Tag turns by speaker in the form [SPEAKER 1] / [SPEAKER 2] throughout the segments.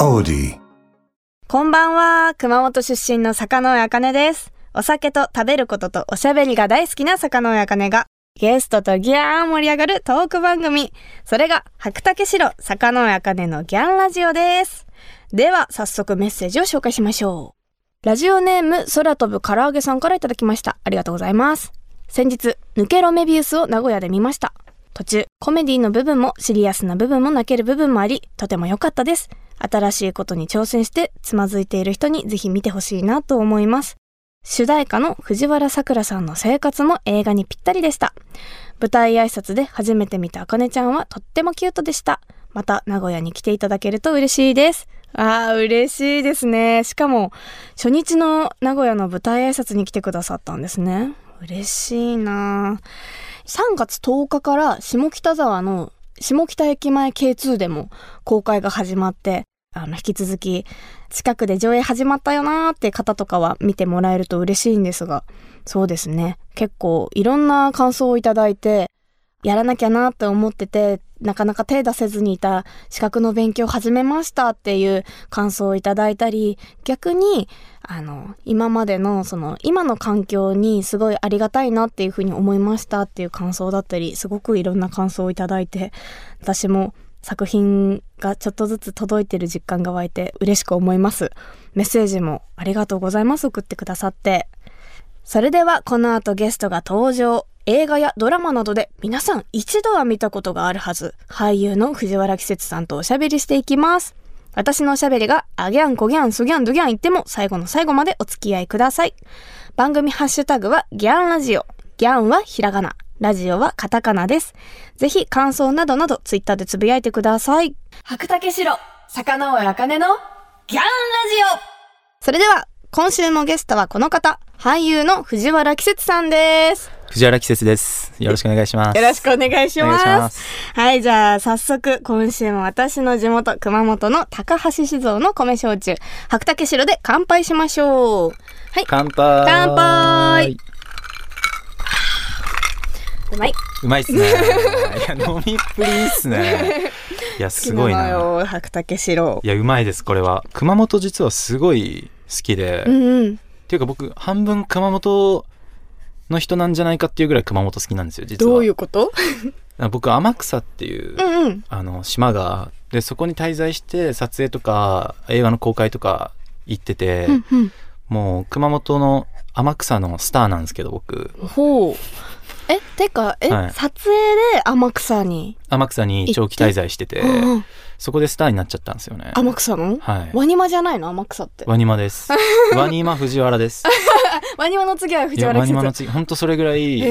[SPEAKER 1] Cody.
[SPEAKER 2] こんばんは、熊本出身の坂上茜です。お酒と食べることとおしゃべりが大好きな坂上茜が、ゲストとギャーン盛り上がるトーク番組。それが、白竹城坂上茜のギャンラジオです。では、早速メッセージを紹介しましょう。ラジオネーム、空飛ぶ唐揚げさんからいただきました。ありがとうございます。先日、抜けろメビウスを名古屋で見ました。途中、コメディの部分もシリアスな部分も泣ける部分もあり、とても良かったです。新しいことに挑戦して、つまずいている人にぜひ見てほしいなと思います。主題歌の藤原さくらさんの生活も映画にぴったりでした。舞台挨拶で初めて見たあかねちゃんはとってもキュートでした。また名古屋に来ていただけると嬉しいです。ああ、嬉しいですね。しかも、初日の名古屋の舞台挨拶に来てくださったんですね。嬉しいなあ3月10日から下北沢の下北駅前 K2 でも公開が始まって、あの、引き続き、近くで上映始まったよなーって方とかは見てもらえると嬉しいんですが、そうですね。結構いろんな感想をいただいて、やらなきゃなって思ってて、なかなか手出せずにいた資格の勉強始めましたっていう感想をいただいたり、逆に、あの、今までのその今の環境にすごいありがたいなっていうふうに思いましたっていう感想だったり、すごくいろんな感想をいただいて、私も作品がちょっとずつ届いてる実感が湧いて嬉しく思います。メッセージもありがとうございます。送ってくださって。それではこの後ゲストが登場。映画やドラマなどで皆さん一度は見たことがあるはず。俳優の藤原季節さんとおしゃべりしていきます。私のおしゃべりがあギャンこギャンそギャンドギャン言っても最後の最後までお付き合いください。番組ハッシュタグはギャンラジオ。ギャンはひらがな。ラジオはカタカナです。ぜひ感想などなどツイッターでつぶやいてください。白竹城、坂上茜のギャンラジオそれでは、今週もゲストはこの方、俳優の藤原季節さんです。
[SPEAKER 3] 藤原季節です。よろしくお願いします。
[SPEAKER 2] よろしくお願いし
[SPEAKER 3] お
[SPEAKER 2] ます。
[SPEAKER 3] す。
[SPEAKER 2] はい、じゃあ早速、今週も私の地元、熊本の高橋酒造の米焼酎、白竹城で乾杯しましょう。はい、
[SPEAKER 3] 乾杯。
[SPEAKER 2] 乾杯。うまい。
[SPEAKER 3] うまいっすね。いや飲みっぷりいいっすね。いやすごい
[SPEAKER 2] 好きな
[SPEAKER 3] な。
[SPEAKER 2] のよ白竹城
[SPEAKER 3] い。やうまいですこれは。熊本実はすごい好きで、
[SPEAKER 2] う
[SPEAKER 3] っ
[SPEAKER 2] んうん。
[SPEAKER 3] ていうか僕半分熊本の人なんじゃないかっていうぐらい熊本好きなんですよ実は。
[SPEAKER 2] どういうこと
[SPEAKER 3] 僕天草っていう、
[SPEAKER 2] うんうん。
[SPEAKER 3] あの島がでそこに滞在して撮影とか映画の公開とか行ってて、
[SPEAKER 2] うんうん。
[SPEAKER 3] もう熊本の天草のスターなんですけど僕
[SPEAKER 2] ほう。え、てか、え、
[SPEAKER 3] はい
[SPEAKER 2] 撮影で天草に。
[SPEAKER 3] 天草に長期滞在してて
[SPEAKER 2] うんうん
[SPEAKER 3] そこでスターになっちゃったんですよね
[SPEAKER 2] 天草の、
[SPEAKER 3] はい
[SPEAKER 2] ワニマじゃないの天草って。
[SPEAKER 3] ワニマです ワニマ藤原です
[SPEAKER 2] ワニマの次はい藤
[SPEAKER 3] や
[SPEAKER 2] 原
[SPEAKER 3] ワ
[SPEAKER 2] 季
[SPEAKER 3] ニマの
[SPEAKER 2] 節。
[SPEAKER 3] 次本当それぐらい、
[SPEAKER 2] へ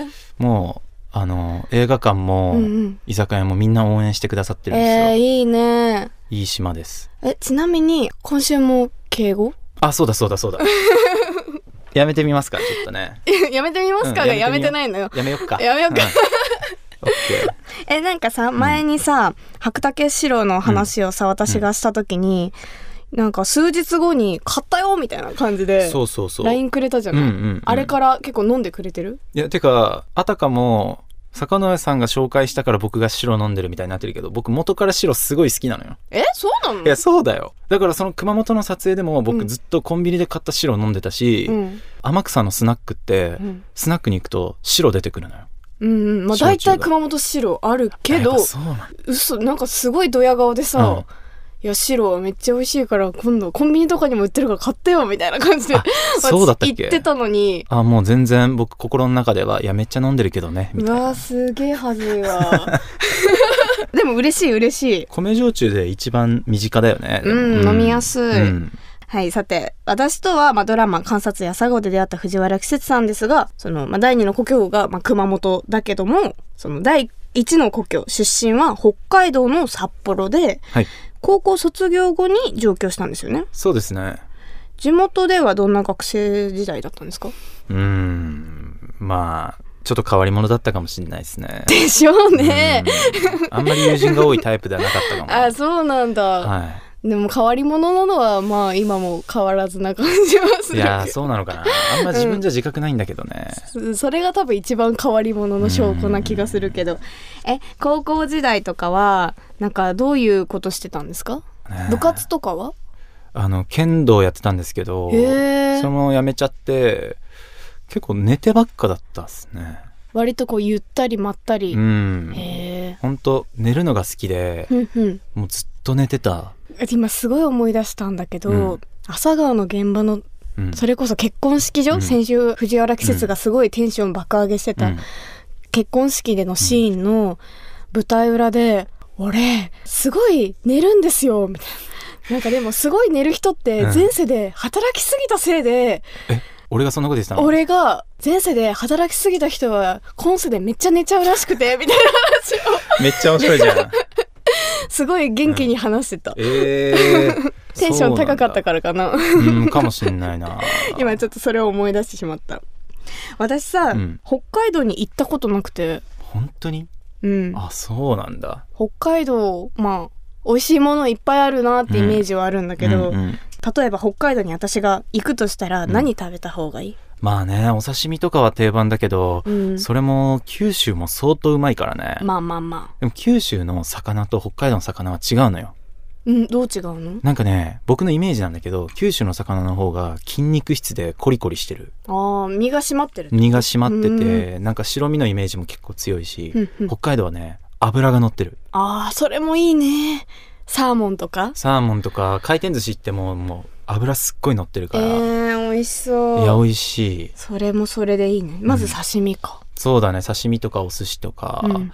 [SPEAKER 2] え。
[SPEAKER 3] もうあの映画館も、
[SPEAKER 2] うんうん。
[SPEAKER 3] 居酒屋もみんな応援してくださってるんですよ、
[SPEAKER 2] えー、いいね。
[SPEAKER 3] いい島です
[SPEAKER 2] え、ちなみに、今週も敬語
[SPEAKER 3] あそうだそうだそうだやめてみますかちょっとね
[SPEAKER 2] やめてみますかが、
[SPEAKER 3] うん
[SPEAKER 2] や
[SPEAKER 3] や
[SPEAKER 2] め
[SPEAKER 3] め
[SPEAKER 2] て
[SPEAKER 3] てみよう
[SPEAKER 2] ないのよ。
[SPEAKER 3] やめよっか
[SPEAKER 2] やめよっか
[SPEAKER 3] んオッケー
[SPEAKER 2] え、なんかさ、前にさ、白竹四郎の話をさ、私がした時に、なんか数日後に買ったよみたいな感じで、
[SPEAKER 3] そうそうそう、
[SPEAKER 2] LINE くれたじゃない、
[SPEAKER 3] うんうんうん
[SPEAKER 2] あれから結構飲んでくれてる
[SPEAKER 3] いやてかあたかも坂上さんが紹介したから僕が白飲んでるみたいになってるけど僕元から白すごい好きなのよ
[SPEAKER 2] えそうなの
[SPEAKER 3] いやそうだよだからその熊本の撮影でも
[SPEAKER 2] う
[SPEAKER 3] 僕
[SPEAKER 2] ん
[SPEAKER 3] ずっとコンビニで買った白飲んでたし、
[SPEAKER 2] うん
[SPEAKER 3] 天草のスナックって
[SPEAKER 2] うん
[SPEAKER 3] スナックに行くと白出てくるのよ
[SPEAKER 2] うんうんまあ大
[SPEAKER 3] 焼酎
[SPEAKER 2] 体
[SPEAKER 3] が
[SPEAKER 2] 熊本白あるけ
[SPEAKER 3] あやっ
[SPEAKER 2] ど
[SPEAKER 3] ぱそうなんだ
[SPEAKER 2] 嘘なんかすごいドヤ顔でさ、
[SPEAKER 3] うん
[SPEAKER 2] いや白はめっちゃ美味しいから今度コンビニとかにも売ってるから買ってよみたいな感じで
[SPEAKER 3] あそうだったっ
[SPEAKER 2] 私
[SPEAKER 3] け
[SPEAKER 2] 言ってたのに
[SPEAKER 3] あもう全然僕心の中ではいやめっちゃ飲んでるけどねみ
[SPEAKER 2] う
[SPEAKER 3] たいな
[SPEAKER 2] わすげえ恥ずい わでも嬉しい嬉しい
[SPEAKER 3] 米焼酎で一番身近だよねでも
[SPEAKER 2] うん飲みやすい
[SPEAKER 3] うん
[SPEAKER 2] はい、さて、私とは、まあ、ドラマ、観察や佐合で出会った藤原季節さんですが、その、まあ、第二の故郷が、まあ、熊本だけども、その、第一の故郷、出身は北海道の札幌で、
[SPEAKER 3] はい
[SPEAKER 2] 高校卒業後に上京したんですよね。
[SPEAKER 3] そうですね
[SPEAKER 2] 地元ではどんな学生時代だったんですか
[SPEAKER 3] うんまあちょっと変わり者だったかもしれないで すね
[SPEAKER 2] でしょうね。
[SPEAKER 3] うんあんまり友人が多いタイプではなかったかも
[SPEAKER 2] あ、そうなんだ。
[SPEAKER 3] は
[SPEAKER 2] でも変わり者なのは、まあ、今も変わらずな感じはす
[SPEAKER 3] い、い
[SPEAKER 2] る。
[SPEAKER 3] や ーそうなのかなあんま自分じゃ自覚ないんだけどね、
[SPEAKER 2] それが多分一番変わり者の証拠な気がするけどえ高校時代とかはなんかどういうことしてたんですか
[SPEAKER 3] ね
[SPEAKER 2] 部活とかは
[SPEAKER 3] あの剣道やってたんですけど
[SPEAKER 2] へえ
[SPEAKER 3] そのままやめちゃって結構寝てばっかだったっすね
[SPEAKER 2] 割とこうゆったりまったり、
[SPEAKER 3] うん
[SPEAKER 2] へえ
[SPEAKER 3] ほんと寝るのが好きで
[SPEAKER 2] ふんふん
[SPEAKER 3] もうずっと寝てた、
[SPEAKER 2] 今すごい思い出したんだけど、
[SPEAKER 3] うん
[SPEAKER 2] 朝顔の現場の
[SPEAKER 3] うん、
[SPEAKER 2] それこそ結婚式場、
[SPEAKER 3] うん
[SPEAKER 2] 先週藤原季節がすごいテンション爆上げしてた、
[SPEAKER 3] うん
[SPEAKER 2] 結婚式でのシーンの舞台裏で「俺すごい寝るんですよ」みたいな。なんかでもすごい寝る人って
[SPEAKER 3] うん
[SPEAKER 2] 前世で働きすぎたせいで、
[SPEAKER 3] 俺がそんなこと言ってたの
[SPEAKER 2] 俺が前世で働きすぎた人は今世でめっちゃ寝ちゃうらしく てみたいな話を
[SPEAKER 3] めっちゃ面白いじゃ ん
[SPEAKER 2] すごい元気に話してた、
[SPEAKER 3] えー、
[SPEAKER 2] テンション高かった
[SPEAKER 3] か
[SPEAKER 2] からかな
[SPEAKER 3] らうんかもしんないな
[SPEAKER 2] 今ちょっとそれを思い出してしまった私さ、
[SPEAKER 3] うん
[SPEAKER 2] 北海道に行ったことなくて
[SPEAKER 3] 本当に
[SPEAKER 2] うん
[SPEAKER 3] あそうなんだ
[SPEAKER 2] 北海道まあ美味しいものいっぱいあるなってイメージはあるんだけど、
[SPEAKER 3] うんうん
[SPEAKER 2] 例えば北海道に私が行くとしたら
[SPEAKER 3] うん
[SPEAKER 2] 何食べた方がいい、
[SPEAKER 3] まあねお刺身とかは定番だけど、
[SPEAKER 2] うん
[SPEAKER 3] それも九州も相当うまいからね、
[SPEAKER 2] まあまあまあ
[SPEAKER 3] でも九州の魚と北海道の魚は違うのよ
[SPEAKER 2] うんどう違うの
[SPEAKER 3] なんかね僕のイメージなんだけど九州の魚の方が筋肉質でコリコリしてる
[SPEAKER 2] あー身が締まってる
[SPEAKER 3] 身が締まっててなんか白身のイメージも結構強いし、
[SPEAKER 2] うんうん
[SPEAKER 3] 北海道はね脂が乗ってる
[SPEAKER 2] ああそれもいいねサーモンとか
[SPEAKER 3] サーモンとか回転寿司行ってももう脂すっごい乗ってる
[SPEAKER 2] え
[SPEAKER 3] から、
[SPEAKER 2] ー、美味しそう
[SPEAKER 3] いや美味しい
[SPEAKER 2] それもそれでいいねまず刺身か、
[SPEAKER 3] そうだね刺身とかお寿司とか
[SPEAKER 2] うん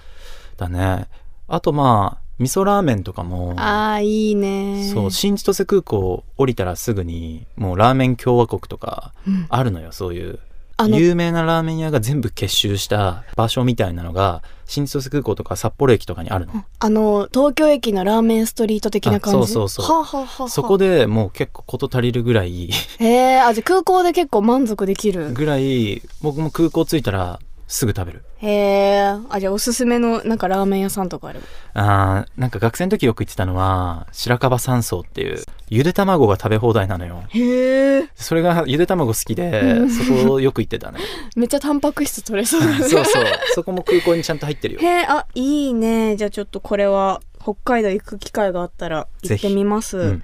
[SPEAKER 3] だね、あとまあ味噌ラーメンとかも
[SPEAKER 2] ああいいね
[SPEAKER 3] そう新千歳空港降りたらすぐにもうラーメン共和国とか
[SPEAKER 2] うん
[SPEAKER 3] あるのよそういう
[SPEAKER 2] あの
[SPEAKER 3] 有名なラーメン屋が全部結集した場所みたいなのが新千歳空港とか札幌駅とかにあるの、
[SPEAKER 2] あの東京駅のラーメンストリート的な感じ
[SPEAKER 3] あそうそうそう
[SPEAKER 2] はあはあはあはあ
[SPEAKER 3] そこでもう結構事足りるぐらい
[SPEAKER 2] へえあじゃあ空港で結構満足できる
[SPEAKER 3] ぐらい僕も空港着いたらすぐ食べる
[SPEAKER 2] へえあじゃあおすすめのなんかラーメン屋さんとかある
[SPEAKER 3] あーなんか学生の時よく行ってたのは白樺山荘っていうゆで卵が食べ放題なのよ
[SPEAKER 2] へえ
[SPEAKER 3] それがゆで卵好き
[SPEAKER 2] う
[SPEAKER 3] で
[SPEAKER 2] ん
[SPEAKER 3] そこよく行ってたね
[SPEAKER 2] めっちゃタンパク質取れそうだね
[SPEAKER 3] そうそうそこも空港にちゃんと入ってるよ
[SPEAKER 2] へえあいいねじゃあちょっとこれは北海道行く機会があったら行
[SPEAKER 3] ぜ
[SPEAKER 2] っ
[SPEAKER 3] ひ
[SPEAKER 2] てみます、
[SPEAKER 3] うん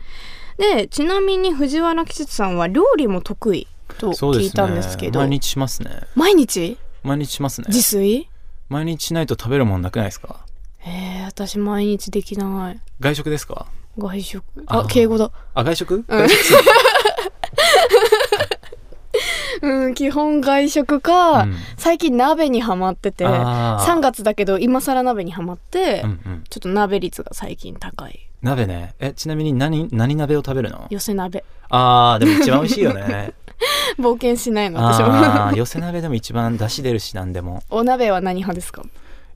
[SPEAKER 2] でちなみに藤原季節さんは料理も得意と
[SPEAKER 3] そう
[SPEAKER 2] 聞
[SPEAKER 3] ですね
[SPEAKER 2] いたんですけど
[SPEAKER 3] 毎日しますね
[SPEAKER 2] 毎日
[SPEAKER 3] 毎日しますね
[SPEAKER 2] 自炊
[SPEAKER 3] 毎日しないと食べるもんなくないですか
[SPEAKER 2] えー、私毎日できない
[SPEAKER 3] 外食ですか
[SPEAKER 2] 外食あ
[SPEAKER 3] あー
[SPEAKER 2] 敬語だ
[SPEAKER 3] あ外食外食する
[SPEAKER 2] うん基本外食か、
[SPEAKER 3] うん
[SPEAKER 2] 最近鍋にはまってて
[SPEAKER 3] あー
[SPEAKER 2] 3月だけど今更鍋にはまって、
[SPEAKER 3] うんうん
[SPEAKER 2] ちょっと鍋率が最近高い
[SPEAKER 3] 鍋ねえちなみに何何鍋を食べるの
[SPEAKER 2] 寄せ鍋
[SPEAKER 3] あーでも一番美味しいよね
[SPEAKER 2] 冒険しないの 私も
[SPEAKER 3] あー寄せ鍋でも一番出汁出るしなんでも
[SPEAKER 2] お鍋は何派ですか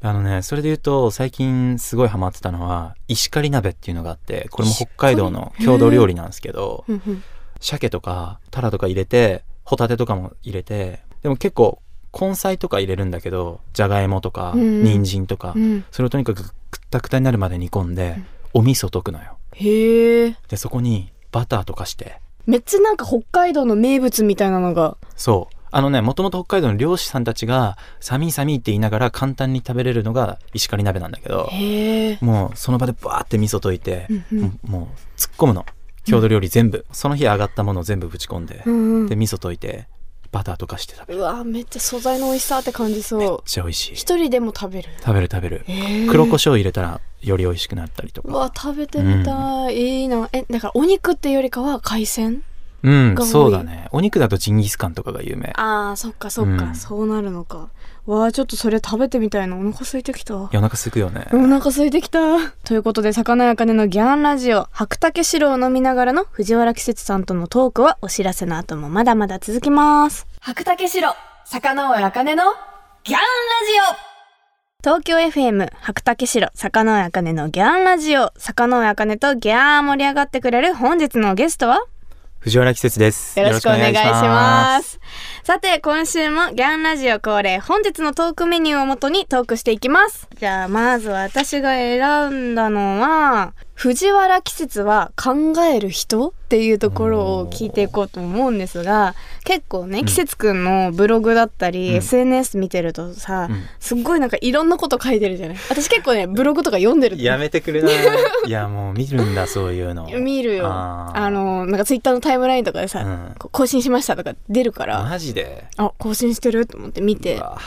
[SPEAKER 3] あのねそれで言うと最近すごいハマってたのは石狩鍋っていうのがあってこれも北海道の郷土料理なんですけど
[SPEAKER 2] うんうん
[SPEAKER 3] 鮭とかタラとか入れてホタテとかも入れてでも結構根菜とか入れるんだけどじゃがいもとか
[SPEAKER 2] うん
[SPEAKER 3] 人参とか
[SPEAKER 2] うん
[SPEAKER 3] それをとにかくくったくたになるまで煮込んでお味噌溶くのよ
[SPEAKER 2] へえ
[SPEAKER 3] でそこにバターとかして
[SPEAKER 2] めっちゃなんか北海道の名物みたいなのが
[SPEAKER 3] そうあのねもともと北海道の漁師さんたちが「寒い寒い」って言いながら簡単に食べれるのが石狩鍋なんだけど
[SPEAKER 2] へえ
[SPEAKER 3] もうその場でバーって味噌溶いて
[SPEAKER 2] うんうん
[SPEAKER 3] もうもう突っ込むの郷土料理全部その日上がったものを全部ぶち込んで
[SPEAKER 2] うんう
[SPEAKER 3] で
[SPEAKER 2] ん
[SPEAKER 3] 味噌溶いてバターとかして食べる
[SPEAKER 2] うわめっちゃ素材の美味しさって感じ
[SPEAKER 3] めっ
[SPEAKER 2] そう
[SPEAKER 3] ちゃ美味しい
[SPEAKER 2] 一人でも食べる
[SPEAKER 3] 食べる食べる
[SPEAKER 2] へえ
[SPEAKER 3] 黒胡椒入れたらより美味しくなったりと
[SPEAKER 2] う
[SPEAKER 3] か
[SPEAKER 2] わ食べてみたい、いいなえだからお肉っていうよりかは海鮮
[SPEAKER 3] うん
[SPEAKER 2] が多い
[SPEAKER 3] そうだねお肉だとジンギスカンとかが有名
[SPEAKER 2] あーそっかそっか、
[SPEAKER 3] うん
[SPEAKER 2] そうなるのかわあちょっとそれ食べてみたいなお腹空いてきた
[SPEAKER 3] 夜中すくよね
[SPEAKER 2] お腹空いてきた。ということで、魚や金のギャンラジオ、白竹白を飲みながらの藤原季節さんとのトークはお知らせの後もまだまだ続きます。白竹白、魚や金のギャンラジオ東京 FM、白竹白、魚や金のギャンラジオ、魚や金とギャー盛り上がってくれる本日のゲストは
[SPEAKER 3] 藤原季節です
[SPEAKER 2] よろしくお願いしますす。さて、今週もギャンラジオ恒例、本日のトークメニューをもとにトークしていきます。じゃあ、まず私が選んだのは、藤原季節は考える人っていうところを聞いていこうと思うんですが結構ね
[SPEAKER 3] ん
[SPEAKER 2] 季節くんのブログだったり、
[SPEAKER 3] うん
[SPEAKER 2] SNS 見てるとさ、
[SPEAKER 3] うん
[SPEAKER 2] すっごいなんかいろんなこと書いてるじゃない私結構ねブログとか読んでる
[SPEAKER 3] やめてくれない いやもう見るんだそういうの
[SPEAKER 2] 見るよ
[SPEAKER 3] あ
[SPEAKER 2] あ
[SPEAKER 3] ー
[SPEAKER 2] のなんかツイッターのタイムラインとかでさ、
[SPEAKER 3] うん
[SPEAKER 2] こ更新しましたとか出るから、
[SPEAKER 3] マジで
[SPEAKER 2] あ更新してると思って見て
[SPEAKER 3] うわ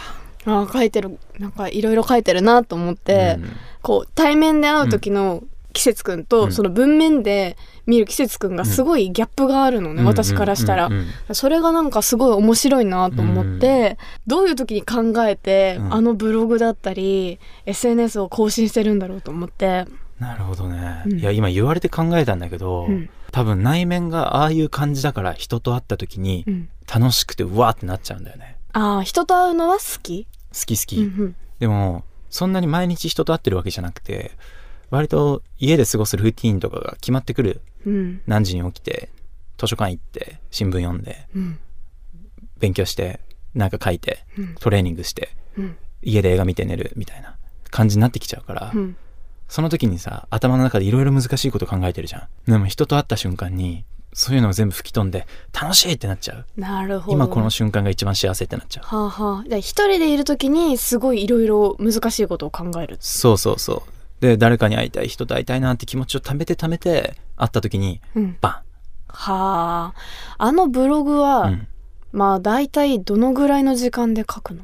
[SPEAKER 2] あー書いてるなんかいろいろ書いてるなと思って、
[SPEAKER 3] うん
[SPEAKER 2] こう対面で会う時の季節くんと、
[SPEAKER 3] うん
[SPEAKER 2] その文面で見る季節くんがすごいギャップがあるのね、私からしたら、
[SPEAKER 3] うんうんうんうん
[SPEAKER 2] それがなんかすごい面白いなと思って、どういう時に考えて、
[SPEAKER 3] うん
[SPEAKER 2] あのブログだったり SNS を更新してるんだろうと思って、
[SPEAKER 3] なるほどね、
[SPEAKER 2] うん
[SPEAKER 3] いや今言われて考えたんだけど、
[SPEAKER 2] うん
[SPEAKER 3] 多分内面がああいう感じだから人と会った時に
[SPEAKER 2] うん、
[SPEAKER 3] 楽しくてうわーってなっちゃうんだよね
[SPEAKER 2] ああ人と会うのは好き、
[SPEAKER 3] 好き好き、
[SPEAKER 2] うんうん
[SPEAKER 3] でもそんなに毎日人と会ってるわけじゃなくて割と家で過ごすルーティーンとかが決まってくる
[SPEAKER 2] うん
[SPEAKER 3] 何時に起きて図書館行って新聞読んで
[SPEAKER 2] うん
[SPEAKER 3] 勉強してなんか書いて
[SPEAKER 2] うん
[SPEAKER 3] トレーニングして
[SPEAKER 2] うん
[SPEAKER 3] 家で映画見て寝るみたいな感じになってきちゃうから、
[SPEAKER 2] うん
[SPEAKER 3] その時にさ頭の中でいろいろ難しいこと考えてるじゃんでも人と会った瞬間にそういうのを全部吹き飛んで楽しいってなっちゃう
[SPEAKER 2] なるほど
[SPEAKER 3] 今この瞬間が一番幸せってなっちゃう
[SPEAKER 2] はあはあじゃあ一人でいる時にすごいいろいろ難しいことを考える
[SPEAKER 3] そうそうそうで誰かに会いたい人と会いたいなって気持ちを貯めて貯めて会った時に
[SPEAKER 2] うん
[SPEAKER 3] バ
[SPEAKER 2] はああのブログは、
[SPEAKER 3] ン、うん、
[SPEAKER 2] まあ大体どのぐらいの時間で書くの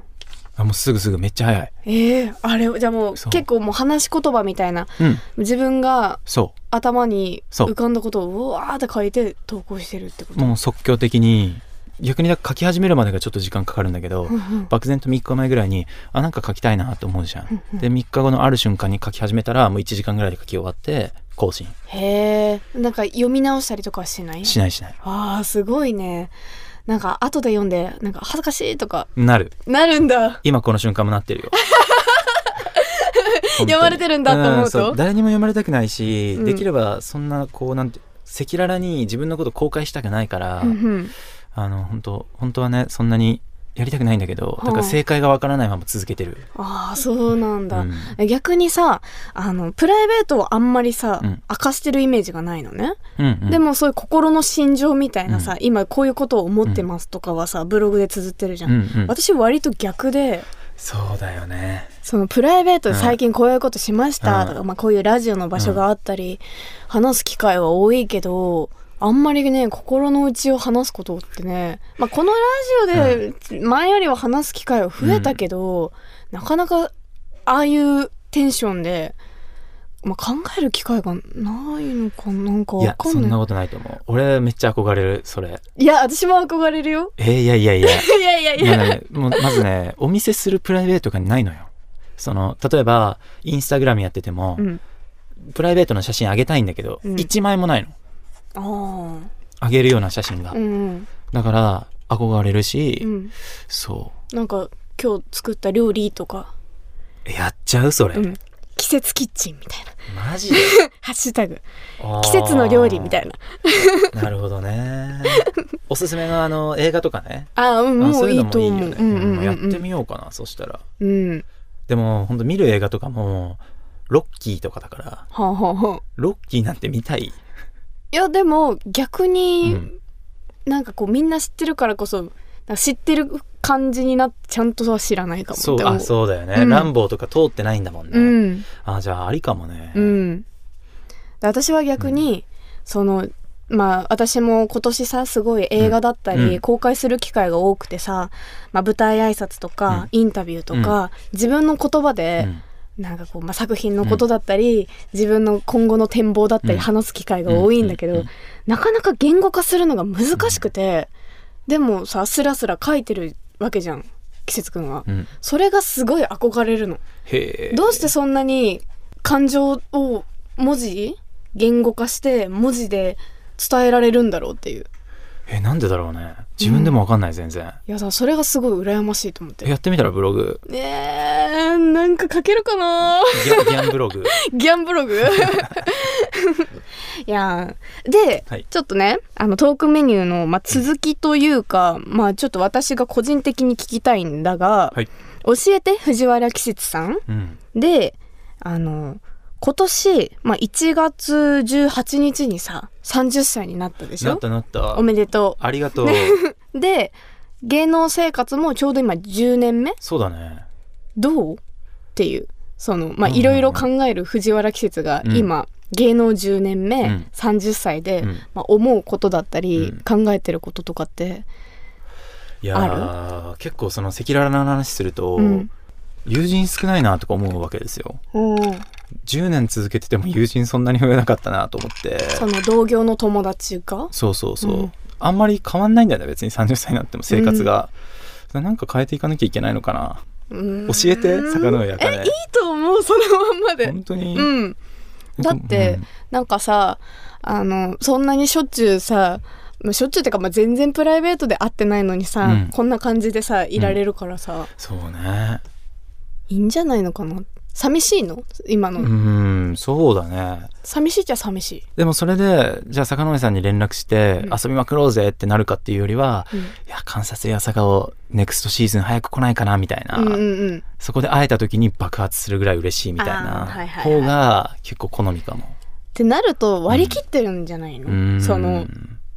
[SPEAKER 3] あもうすぐすぐめっちゃ早い
[SPEAKER 2] ええあれじゃあもう
[SPEAKER 3] そう
[SPEAKER 2] 結構もう話し言葉みたいな
[SPEAKER 3] うん
[SPEAKER 2] 自分が
[SPEAKER 3] そ
[SPEAKER 2] 頭に
[SPEAKER 3] そう
[SPEAKER 2] 浮かんだことをうわーって書いて投稿してるってこ
[SPEAKER 3] う
[SPEAKER 2] と
[SPEAKER 3] もう即興的に逆にだから書き始めるまでがちょっと時間かかるんだけど、
[SPEAKER 2] うんうん
[SPEAKER 3] 漠然と3日前ぐらいにあなんか書きたいなと思うじゃん、で3日後のある瞬間に書き始めたらもう1時間ぐらいで書き終わって更新
[SPEAKER 2] へえんか読み直したりとかはしない
[SPEAKER 3] しないしない
[SPEAKER 2] あーすごいねなんか後で読んでなんか恥ずかしいとか
[SPEAKER 3] なる
[SPEAKER 2] なるんだ
[SPEAKER 3] 今この瞬間もなってるよ
[SPEAKER 2] 読まれてるんだと思うと
[SPEAKER 3] んそ誰にも読まれたくないし、
[SPEAKER 2] うん
[SPEAKER 3] できればそんなこうなんて赤裸々に自分のこと公開したくないから、
[SPEAKER 2] うんうん
[SPEAKER 3] あの本当本当はねそんなにやりたくないんだけど
[SPEAKER 2] あ
[SPEAKER 3] だから正解がわからないまま続けてる、
[SPEAKER 2] ああそうなんだ、
[SPEAKER 3] うん
[SPEAKER 2] 逆にさあのプライベートをあんまりさ、
[SPEAKER 3] うん
[SPEAKER 2] 明かしてるイメージがないのね、
[SPEAKER 3] うんうん
[SPEAKER 2] でもそういう心の心情みたいなさ、
[SPEAKER 3] うん
[SPEAKER 2] 今こういうことを思ってますとかはさブログで綴ってるじゃ
[SPEAKER 3] うん
[SPEAKER 2] ん、
[SPEAKER 3] うん
[SPEAKER 2] 私割と逆で
[SPEAKER 3] そうだよね
[SPEAKER 2] そのプライベートで最近こういうことしましたとか、
[SPEAKER 3] う
[SPEAKER 2] まあ、こういうラジオの場所があったり、話す機会は多いけどあんまりね心の内を話すことってね、まあ、このラジオで前よりは話す機会は増えたけど、なかなかああいうテンションで、まあ、考える機会がないのかなんか
[SPEAKER 3] い
[SPEAKER 2] わ
[SPEAKER 3] や
[SPEAKER 2] か
[SPEAKER 3] そ
[SPEAKER 2] ん
[SPEAKER 3] んな
[SPEAKER 2] ない
[SPEAKER 3] ことないと思う俺めっちゃ憧れるそれ
[SPEAKER 2] いや私も憧れるよ
[SPEAKER 3] えーいやいやい
[SPEAKER 2] い
[SPEAKER 3] や
[SPEAKER 2] やいやい
[SPEAKER 3] いや
[SPEAKER 2] や、
[SPEAKER 3] ね、もうまずね、お見せするプライベートがないのよ。その、例えば、インスタグラムやってても、
[SPEAKER 2] うん、
[SPEAKER 3] プライベートの写真あげたいんだけど、
[SPEAKER 2] うん
[SPEAKER 3] 一、枚もないの。
[SPEAKER 2] ああ
[SPEAKER 3] あげるような写真が。
[SPEAKER 2] うんうん
[SPEAKER 3] だから、憧れるし、
[SPEAKER 2] うん
[SPEAKER 3] そ
[SPEAKER 2] なんか今日作った料理とか
[SPEAKER 3] う。やっちゃうそれ。
[SPEAKER 2] うん、季節キッチンみたいな
[SPEAKER 3] マジで
[SPEAKER 2] ハッシュタグ季節の料理みたいな
[SPEAKER 3] な。なるほどね。 おすすめのあの、映画とかね。
[SPEAKER 2] あうん
[SPEAKER 3] あ
[SPEAKER 2] も
[SPEAKER 3] そううい
[SPEAKER 2] いうい
[SPEAKER 3] のも
[SPEAKER 2] と
[SPEAKER 3] いい
[SPEAKER 2] 思
[SPEAKER 3] よ
[SPEAKER 2] う
[SPEAKER 3] ね。
[SPEAKER 2] うんうん
[SPEAKER 3] うん
[SPEAKER 2] うん
[SPEAKER 3] やってみようかな、そしたら。
[SPEAKER 2] うん
[SPEAKER 3] でも、本当見る映画とかも、ロッキーとかだから、
[SPEAKER 2] はあはあはあ
[SPEAKER 3] ロッキーなんて見たい。
[SPEAKER 2] いやでも逆に、
[SPEAKER 3] うん
[SPEAKER 2] なんかこうみんな知ってるからこそなんか知ってる感じになってちゃんとは知らないかも
[SPEAKER 3] そう
[SPEAKER 2] って思
[SPEAKER 3] あそうだよね、
[SPEAKER 2] うん
[SPEAKER 3] ランボーとか通ってないんだもんね、
[SPEAKER 2] うん
[SPEAKER 3] あじゃあありかもね、
[SPEAKER 2] うん、私は逆に、そのまあ私も今年さすごい映画だったり、
[SPEAKER 3] うん
[SPEAKER 2] 公開する機会が多くてさ、まあ、舞台挨拶とか、インタビューとか、自分の言葉
[SPEAKER 3] う
[SPEAKER 2] で、
[SPEAKER 3] ん
[SPEAKER 2] なんかこう、まあ、作品のことだったり、自分の今後の展望だったり
[SPEAKER 3] うん
[SPEAKER 2] 話す機会が多いんだけど、
[SPEAKER 3] うんうんうん
[SPEAKER 2] なかなか言語化するのが難しくて、でもさスラスラ書いてるわけじゃん季節くんは、
[SPEAKER 3] うん
[SPEAKER 2] それがすごい憧れるの。
[SPEAKER 3] へえ
[SPEAKER 2] どうしてそんなに感情を文字言語化して文字で伝えられるんだろうっていう
[SPEAKER 3] えなんでだろうね自分でもわかんない全然、
[SPEAKER 2] いやさそれがすごい羨ましいと思って
[SPEAKER 3] やってみたらブログ
[SPEAKER 2] ねえなんか書けるかな
[SPEAKER 3] ギャギャンブログ
[SPEAKER 2] ギャンブログいやで、
[SPEAKER 3] はい
[SPEAKER 2] ちょっとねあのトークメニューの、まあ、続きというか、まあちょっと私が個人的に聞きたいんだが、
[SPEAKER 3] はい
[SPEAKER 2] 教えて藤原季節さん
[SPEAKER 3] うん
[SPEAKER 2] であの今年、まあ、1月18日にさ30歳になったでし
[SPEAKER 3] なっ
[SPEAKER 2] ょ
[SPEAKER 3] たなった
[SPEAKER 2] おめでと
[SPEAKER 3] ありがとう
[SPEAKER 2] うで芸能生活もちょうど今10年目
[SPEAKER 3] そうだね
[SPEAKER 2] どうっていうそのまあ
[SPEAKER 3] うんうんうん
[SPEAKER 2] いろいろ考える藤原季節が
[SPEAKER 3] うん
[SPEAKER 2] 今、芸能10年目、
[SPEAKER 3] うん
[SPEAKER 2] 30歳で、
[SPEAKER 3] うん
[SPEAKER 2] まあ、思うことだったり、考えてることとかって、
[SPEAKER 3] いやー結構その赤裸々な話すると、
[SPEAKER 2] うん、
[SPEAKER 3] 友人少ないなとか思うわけですよ
[SPEAKER 2] おー
[SPEAKER 3] 10年続けてても友人そんなに増えなかったなと思って
[SPEAKER 2] その同業の友達が
[SPEAKER 3] そうそうそう、
[SPEAKER 2] うん
[SPEAKER 3] あんまり変わんないんだよね別に30歳になっても生活が、なんか変えていかなきゃいけないのかな
[SPEAKER 2] 教
[SPEAKER 3] 教えて坂上茜
[SPEAKER 2] えいいと思うそのまんまで
[SPEAKER 3] 本当に、
[SPEAKER 2] うんだってなんかさあのそんなにしょっちゅうさまあしょっちゅうってか、まあ、全然プライベートで会ってないのにさ、
[SPEAKER 3] うん
[SPEAKER 2] こんな感じでさいられるからさ、
[SPEAKER 3] そうね
[SPEAKER 2] いいんじゃないのかな寂しいの今の、
[SPEAKER 3] うんそうだね
[SPEAKER 2] 寂しいっちゃ寂しい、
[SPEAKER 3] でもそれでじゃあ坂上さんに連絡して、
[SPEAKER 2] うん
[SPEAKER 3] 遊びまくろうぜってなるかっていうよりは
[SPEAKER 2] うん
[SPEAKER 3] いや観察や坂をネクストシーズン早く来ないかなみたいな、
[SPEAKER 2] うんうんうん
[SPEAKER 3] そこで会えた時に爆発するぐらい嬉しいみたい
[SPEAKER 2] あーは
[SPEAKER 3] な
[SPEAKER 2] いはいはい
[SPEAKER 3] 方が結構好みかも。
[SPEAKER 2] ってなると割り切ってるんじゃないの、
[SPEAKER 3] うん
[SPEAKER 2] その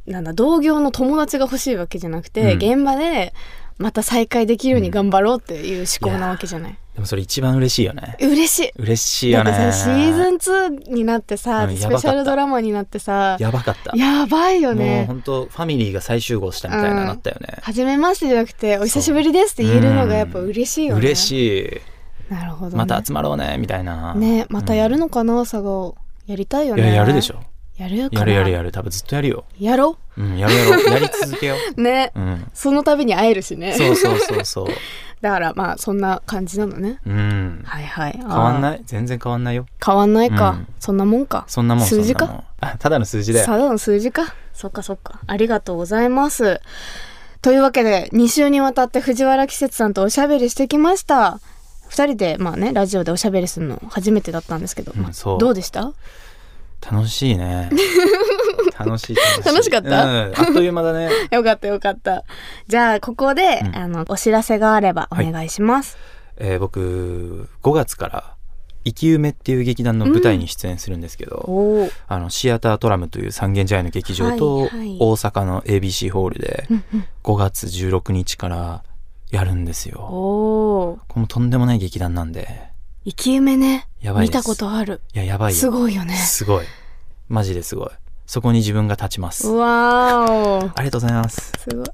[SPEAKER 2] なんだ同業の友達が欲しいわけじゃなくて、
[SPEAKER 3] うん
[SPEAKER 2] 現場でまた再会できるように頑張ろうっていう思考なわけじゃない、
[SPEAKER 3] でもそれ一番嬉しいよね。
[SPEAKER 2] 嬉しい
[SPEAKER 3] 嬉しい
[SPEAKER 2] だ
[SPEAKER 3] よ
[SPEAKER 2] って
[SPEAKER 3] ね。
[SPEAKER 2] さシーズン2になってさ、
[SPEAKER 3] うん
[SPEAKER 2] ス
[SPEAKER 3] やば
[SPEAKER 2] ペ
[SPEAKER 3] かった
[SPEAKER 2] シャルドラマになってさや
[SPEAKER 3] やばかった。
[SPEAKER 2] ばいよ
[SPEAKER 3] もう
[SPEAKER 2] ね
[SPEAKER 3] 本当ファミリーが再集合したみたいな
[SPEAKER 2] うん
[SPEAKER 3] なったよね。
[SPEAKER 2] 初めましてじゃなくて「お久しぶりです」って言えるのがやっぱ嬉しいよね
[SPEAKER 3] 嬉
[SPEAKER 2] い
[SPEAKER 3] しい。
[SPEAKER 2] なるほど、ね、
[SPEAKER 3] また集まろうねみたいな。
[SPEAKER 2] ねまたやるのかな佐賀やりたいよ
[SPEAKER 3] い
[SPEAKER 2] ね
[SPEAKER 3] ややるでしょ。
[SPEAKER 2] やるかな
[SPEAKER 3] やるやるやる。多分ずっとやるよ。
[SPEAKER 2] やろ
[SPEAKER 3] うんやる やろう。やり続けよ
[SPEAKER 2] うね
[SPEAKER 3] う。うん。
[SPEAKER 2] その度に会えるしね
[SPEAKER 3] そうそうそうそう。
[SPEAKER 2] だからまあそんな感じなのね
[SPEAKER 3] うん。
[SPEAKER 2] はいはい変
[SPEAKER 3] 変わん
[SPEAKER 2] い
[SPEAKER 3] ない全然変わんないよ。
[SPEAKER 2] 変わんないか、
[SPEAKER 3] うん
[SPEAKER 2] そんなもんか
[SPEAKER 3] そんなもん
[SPEAKER 2] 数字か
[SPEAKER 3] そんなもんあただの数字だよ。
[SPEAKER 2] ただの数字かそっかそっかありがとうございますというわけで2週にわたって藤原季節さんとおしゃべりしてきました2人でまあねラジオでおしゃべりするの初めてだったんですけど、
[SPEAKER 3] うん
[SPEAKER 2] まあ
[SPEAKER 3] そう
[SPEAKER 2] どうでした
[SPEAKER 3] 楽しい ね。楽しい楽しい。
[SPEAKER 2] 楽しかった
[SPEAKER 3] うん、あっという間だね。
[SPEAKER 2] よかったよかったじゃあここで、
[SPEAKER 3] うん
[SPEAKER 2] あのお知らせがあればお願いします、
[SPEAKER 3] えー僕5月から生き埋めっていう劇団の舞台に出演するんですけど、
[SPEAKER 2] おお
[SPEAKER 3] あのシアタートラムという三軒茶屋の劇場と
[SPEAKER 2] は
[SPEAKER 3] 大
[SPEAKER 2] いはい
[SPEAKER 3] 阪の ABC ホールで
[SPEAKER 2] うんうん
[SPEAKER 3] 5月16日からやるんですよ。
[SPEAKER 2] おー
[SPEAKER 3] これもとんでもない劇団なんで
[SPEAKER 2] 生き埋めね
[SPEAKER 3] やばい
[SPEAKER 2] 見
[SPEAKER 3] です。
[SPEAKER 2] たことある
[SPEAKER 3] いややばいよ。
[SPEAKER 2] すごいよね
[SPEAKER 3] すごい。マジですごい。そこに自分が立ちます。
[SPEAKER 2] うわーお
[SPEAKER 3] ありがとうございます。
[SPEAKER 2] すごい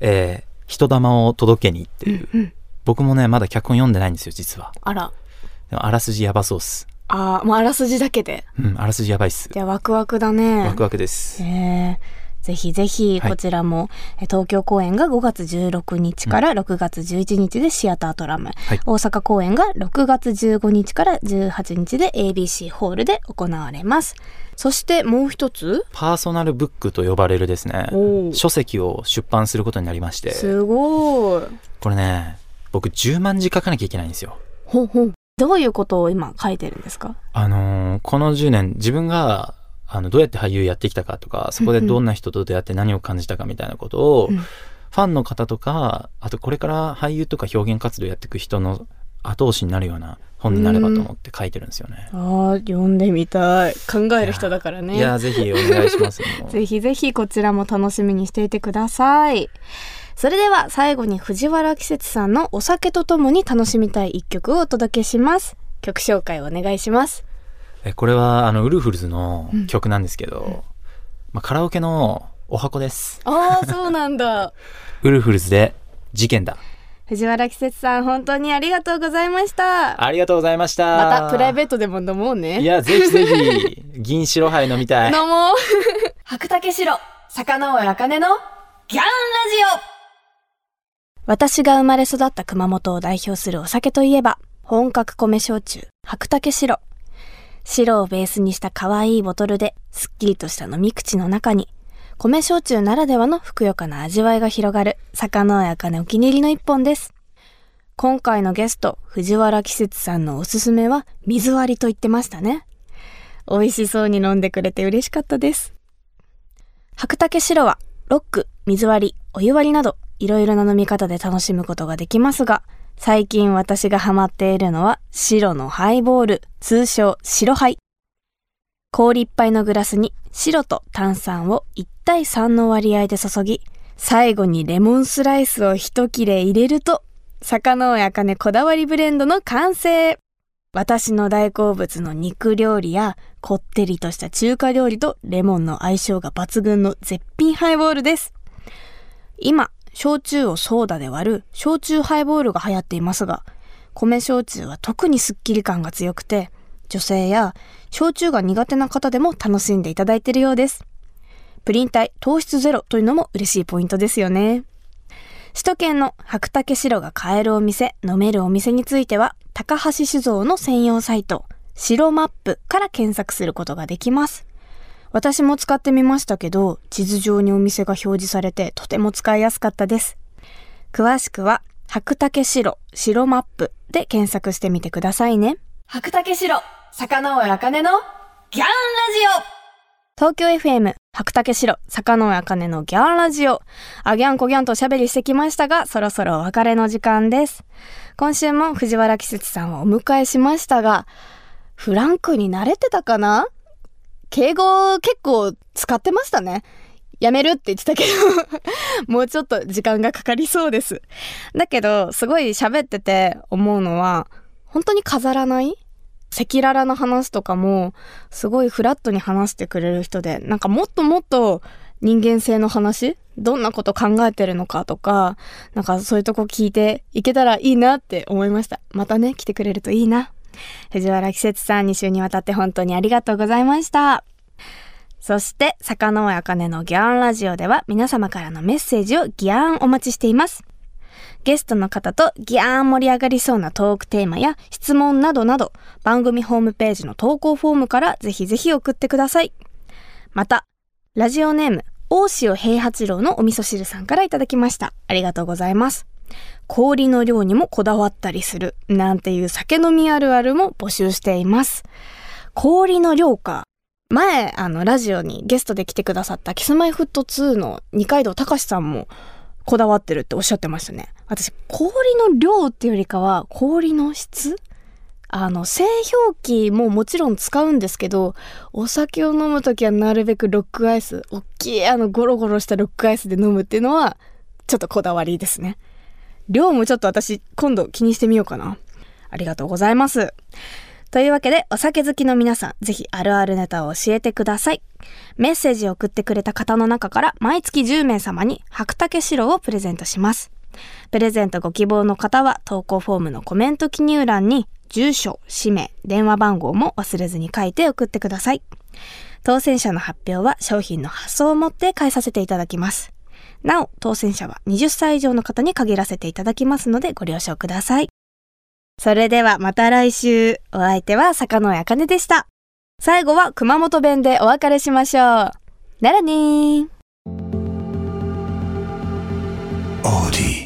[SPEAKER 3] えー人玉を届けにっていう。
[SPEAKER 2] うん
[SPEAKER 3] 僕もねまだ脚本読んでないんですよ実は。
[SPEAKER 2] あら
[SPEAKER 3] でもあらすじやばそうっす。
[SPEAKER 2] あーまああらすじだけで
[SPEAKER 3] うんあらすじやばいっす。
[SPEAKER 2] じゃあワクワクだね
[SPEAKER 3] ワクワクです。
[SPEAKER 2] えーぜひぜひ
[SPEAKER 3] はい
[SPEAKER 2] こちらも、えー東京公演が5月16日から6月11日でシアタートラム、
[SPEAKER 3] い
[SPEAKER 2] 大阪公演が6月15日から18日で ABC ホールで行われますそしてもう一つ
[SPEAKER 3] パーソナルブックと呼ばれるですね
[SPEAKER 2] おー
[SPEAKER 3] 書籍を出版することになりまして
[SPEAKER 2] すごい
[SPEAKER 3] これね僕10万字書かなきゃいけないんですよ
[SPEAKER 2] ほんほんどういうことを今書いてるんですか
[SPEAKER 3] あのーこの10年自分があのどうやって俳優やってきたかとかそこでどんな人と出会って何を感じたかみたいなことを、
[SPEAKER 2] うん
[SPEAKER 3] ファンの方とかあとこれから俳優とか表現活動やっていく人の後押しになるような本になればと思って書いてるんですよね、
[SPEAKER 2] あー読んでみたい考える人だからね
[SPEAKER 3] いやーぜひお願いし ますもう
[SPEAKER 2] ぜひぜひこちらも楽しみにしていてください。それでは最後に藤原季節さんのお酒とともに楽しみたい一曲をお届けします。曲紹介お願いします。
[SPEAKER 3] えこれはあのウルフルズの曲なんですけど、まあ、カラオケのお箱です
[SPEAKER 2] ああ、そうなんだ。
[SPEAKER 3] ウルフルズで事件だ
[SPEAKER 2] 藤原季節さん本当にありがとうございました。
[SPEAKER 3] ありがとうございました
[SPEAKER 2] またプライベ
[SPEAKER 3] ー
[SPEAKER 2] ートでも飲もう
[SPEAKER 3] い
[SPEAKER 2] ね。
[SPEAKER 3] やぜひぜひ銀白杯飲みたい
[SPEAKER 2] 飲もう。 白竹城、坂上茜のギャンラジオ私が生まれ育った熊本を代表するお酒といえば、本格米焼酎、白竹白。白をベースにした可愛いボトルで、すっきりとした飲み口の中に、米焼酎ならではのふくよかな味わいが広がる、坂のやかねお気に入りの一本です。今回のゲスト、藤原季節さんのおすすめは、水割りと言ってましたね。美味しそうに飲んでくれて嬉しかったです。白竹白はロック、水割り、お湯割りなどいろいろな飲み方で楽しむことができますが、最近私がハマっているのは白のハイボール、通称白ハイ。氷一杯のグラスに白と炭酸を1対3の割合で注ぎ、最後にレモンスライスを一切れ入れると、坂の親金こだわりブレンドの完成。私の大好物の肉料理やこってりとした中華料理とレモンの相性が抜群の絶品ハイボールです。今、焼酎をソーダで割る焼酎ハイボールが流行っていますが、米焼酎は特にスッキリ感が強くて、女性や焼酎が苦手な方でも楽しんでいただいているようです。プリン体糖質ゼロというのも嬉しいポイントですよね。首都圏の白竹白が買えるお店、飲めるお店については、高橋酒造の専用サイト、白マップから検索することができます。私も使ってみましたけど、地図上にお店が表示されてとても使いやすかったです。詳しくは、白竹白、白マップで検索してみてくださいね。白竹白、坂上茜のギャンラジオ東京 FM、白竹城、坂上茜のギャンラジオ。あぎゃんこぎゃんとおしゃべりしてきましたが、そろそろお別れの時間です。今週も藤原季節さんをお迎えしましたが、フランクに慣れてたかな敬語結構使ってましたね。やめるって言ってたけど、 もうちょっと時間がかかりそうです。だけど、すごい喋ってて思うのは、本当に飾らない赤裸々な話とかも、すごいフラットに話してくれる人で、なんかもっともっと人間性の話どんなこと考えてるのかとか、なんかそういうとこ聞いていけたらいいなって思いました。またね、来てくれるといいな。藤原季節さん2週にわたって本当にありがとうございました。そして、坂上茜のギャンラジオでは皆様からのメッセージをギャンお待ちしています。ゲストの方とギャーン盛り上がりそうなトークテーマや質問などなど番組ホームページの投稿フォームからぜひぜひ送ってください。また、ラジオネーム、大塩平八郎のお味噌汁さんからいただきました。ありがとうございます。氷の量にもこだわったりするなんていう酒飲みあるあるも募集しています。氷の量か。前、あの、ラジオにゲストで来てくださったキスマイフット2の二階堂隆さんもこだわってるっておっしゃってましたね。私、氷の量っていうよりかは、氷の質あの、製氷機ももちろん使うんですけど、お酒を飲むときはなるべくロックアイス、おっきいあのゴロゴロしたロックアイスで飲むっていうのは、ちょっとこだわりですね。量もちょっと私、今度気にしてみようかな。ありがとうございます。というわけで、お酒好きの皆さん、ぜひあるあるネタを教えてください。メッセージを送ってくれた方の中から、毎月10名様に白竹白をプレゼントします。プレゼントご希望の方は、投稿フォームのコメント記入欄に、住所、氏名、電話番号も忘れずに書いて送ってください。当選者の発表は商品の発送をもって返させていただきます。なお、当選者は20歳以上の方に限らせていただきますのでご了承ください。それではまた来週。お相手は坂野茜でした。最後は熊本弁でお別れしましょう。ならねー。
[SPEAKER 1] Audi.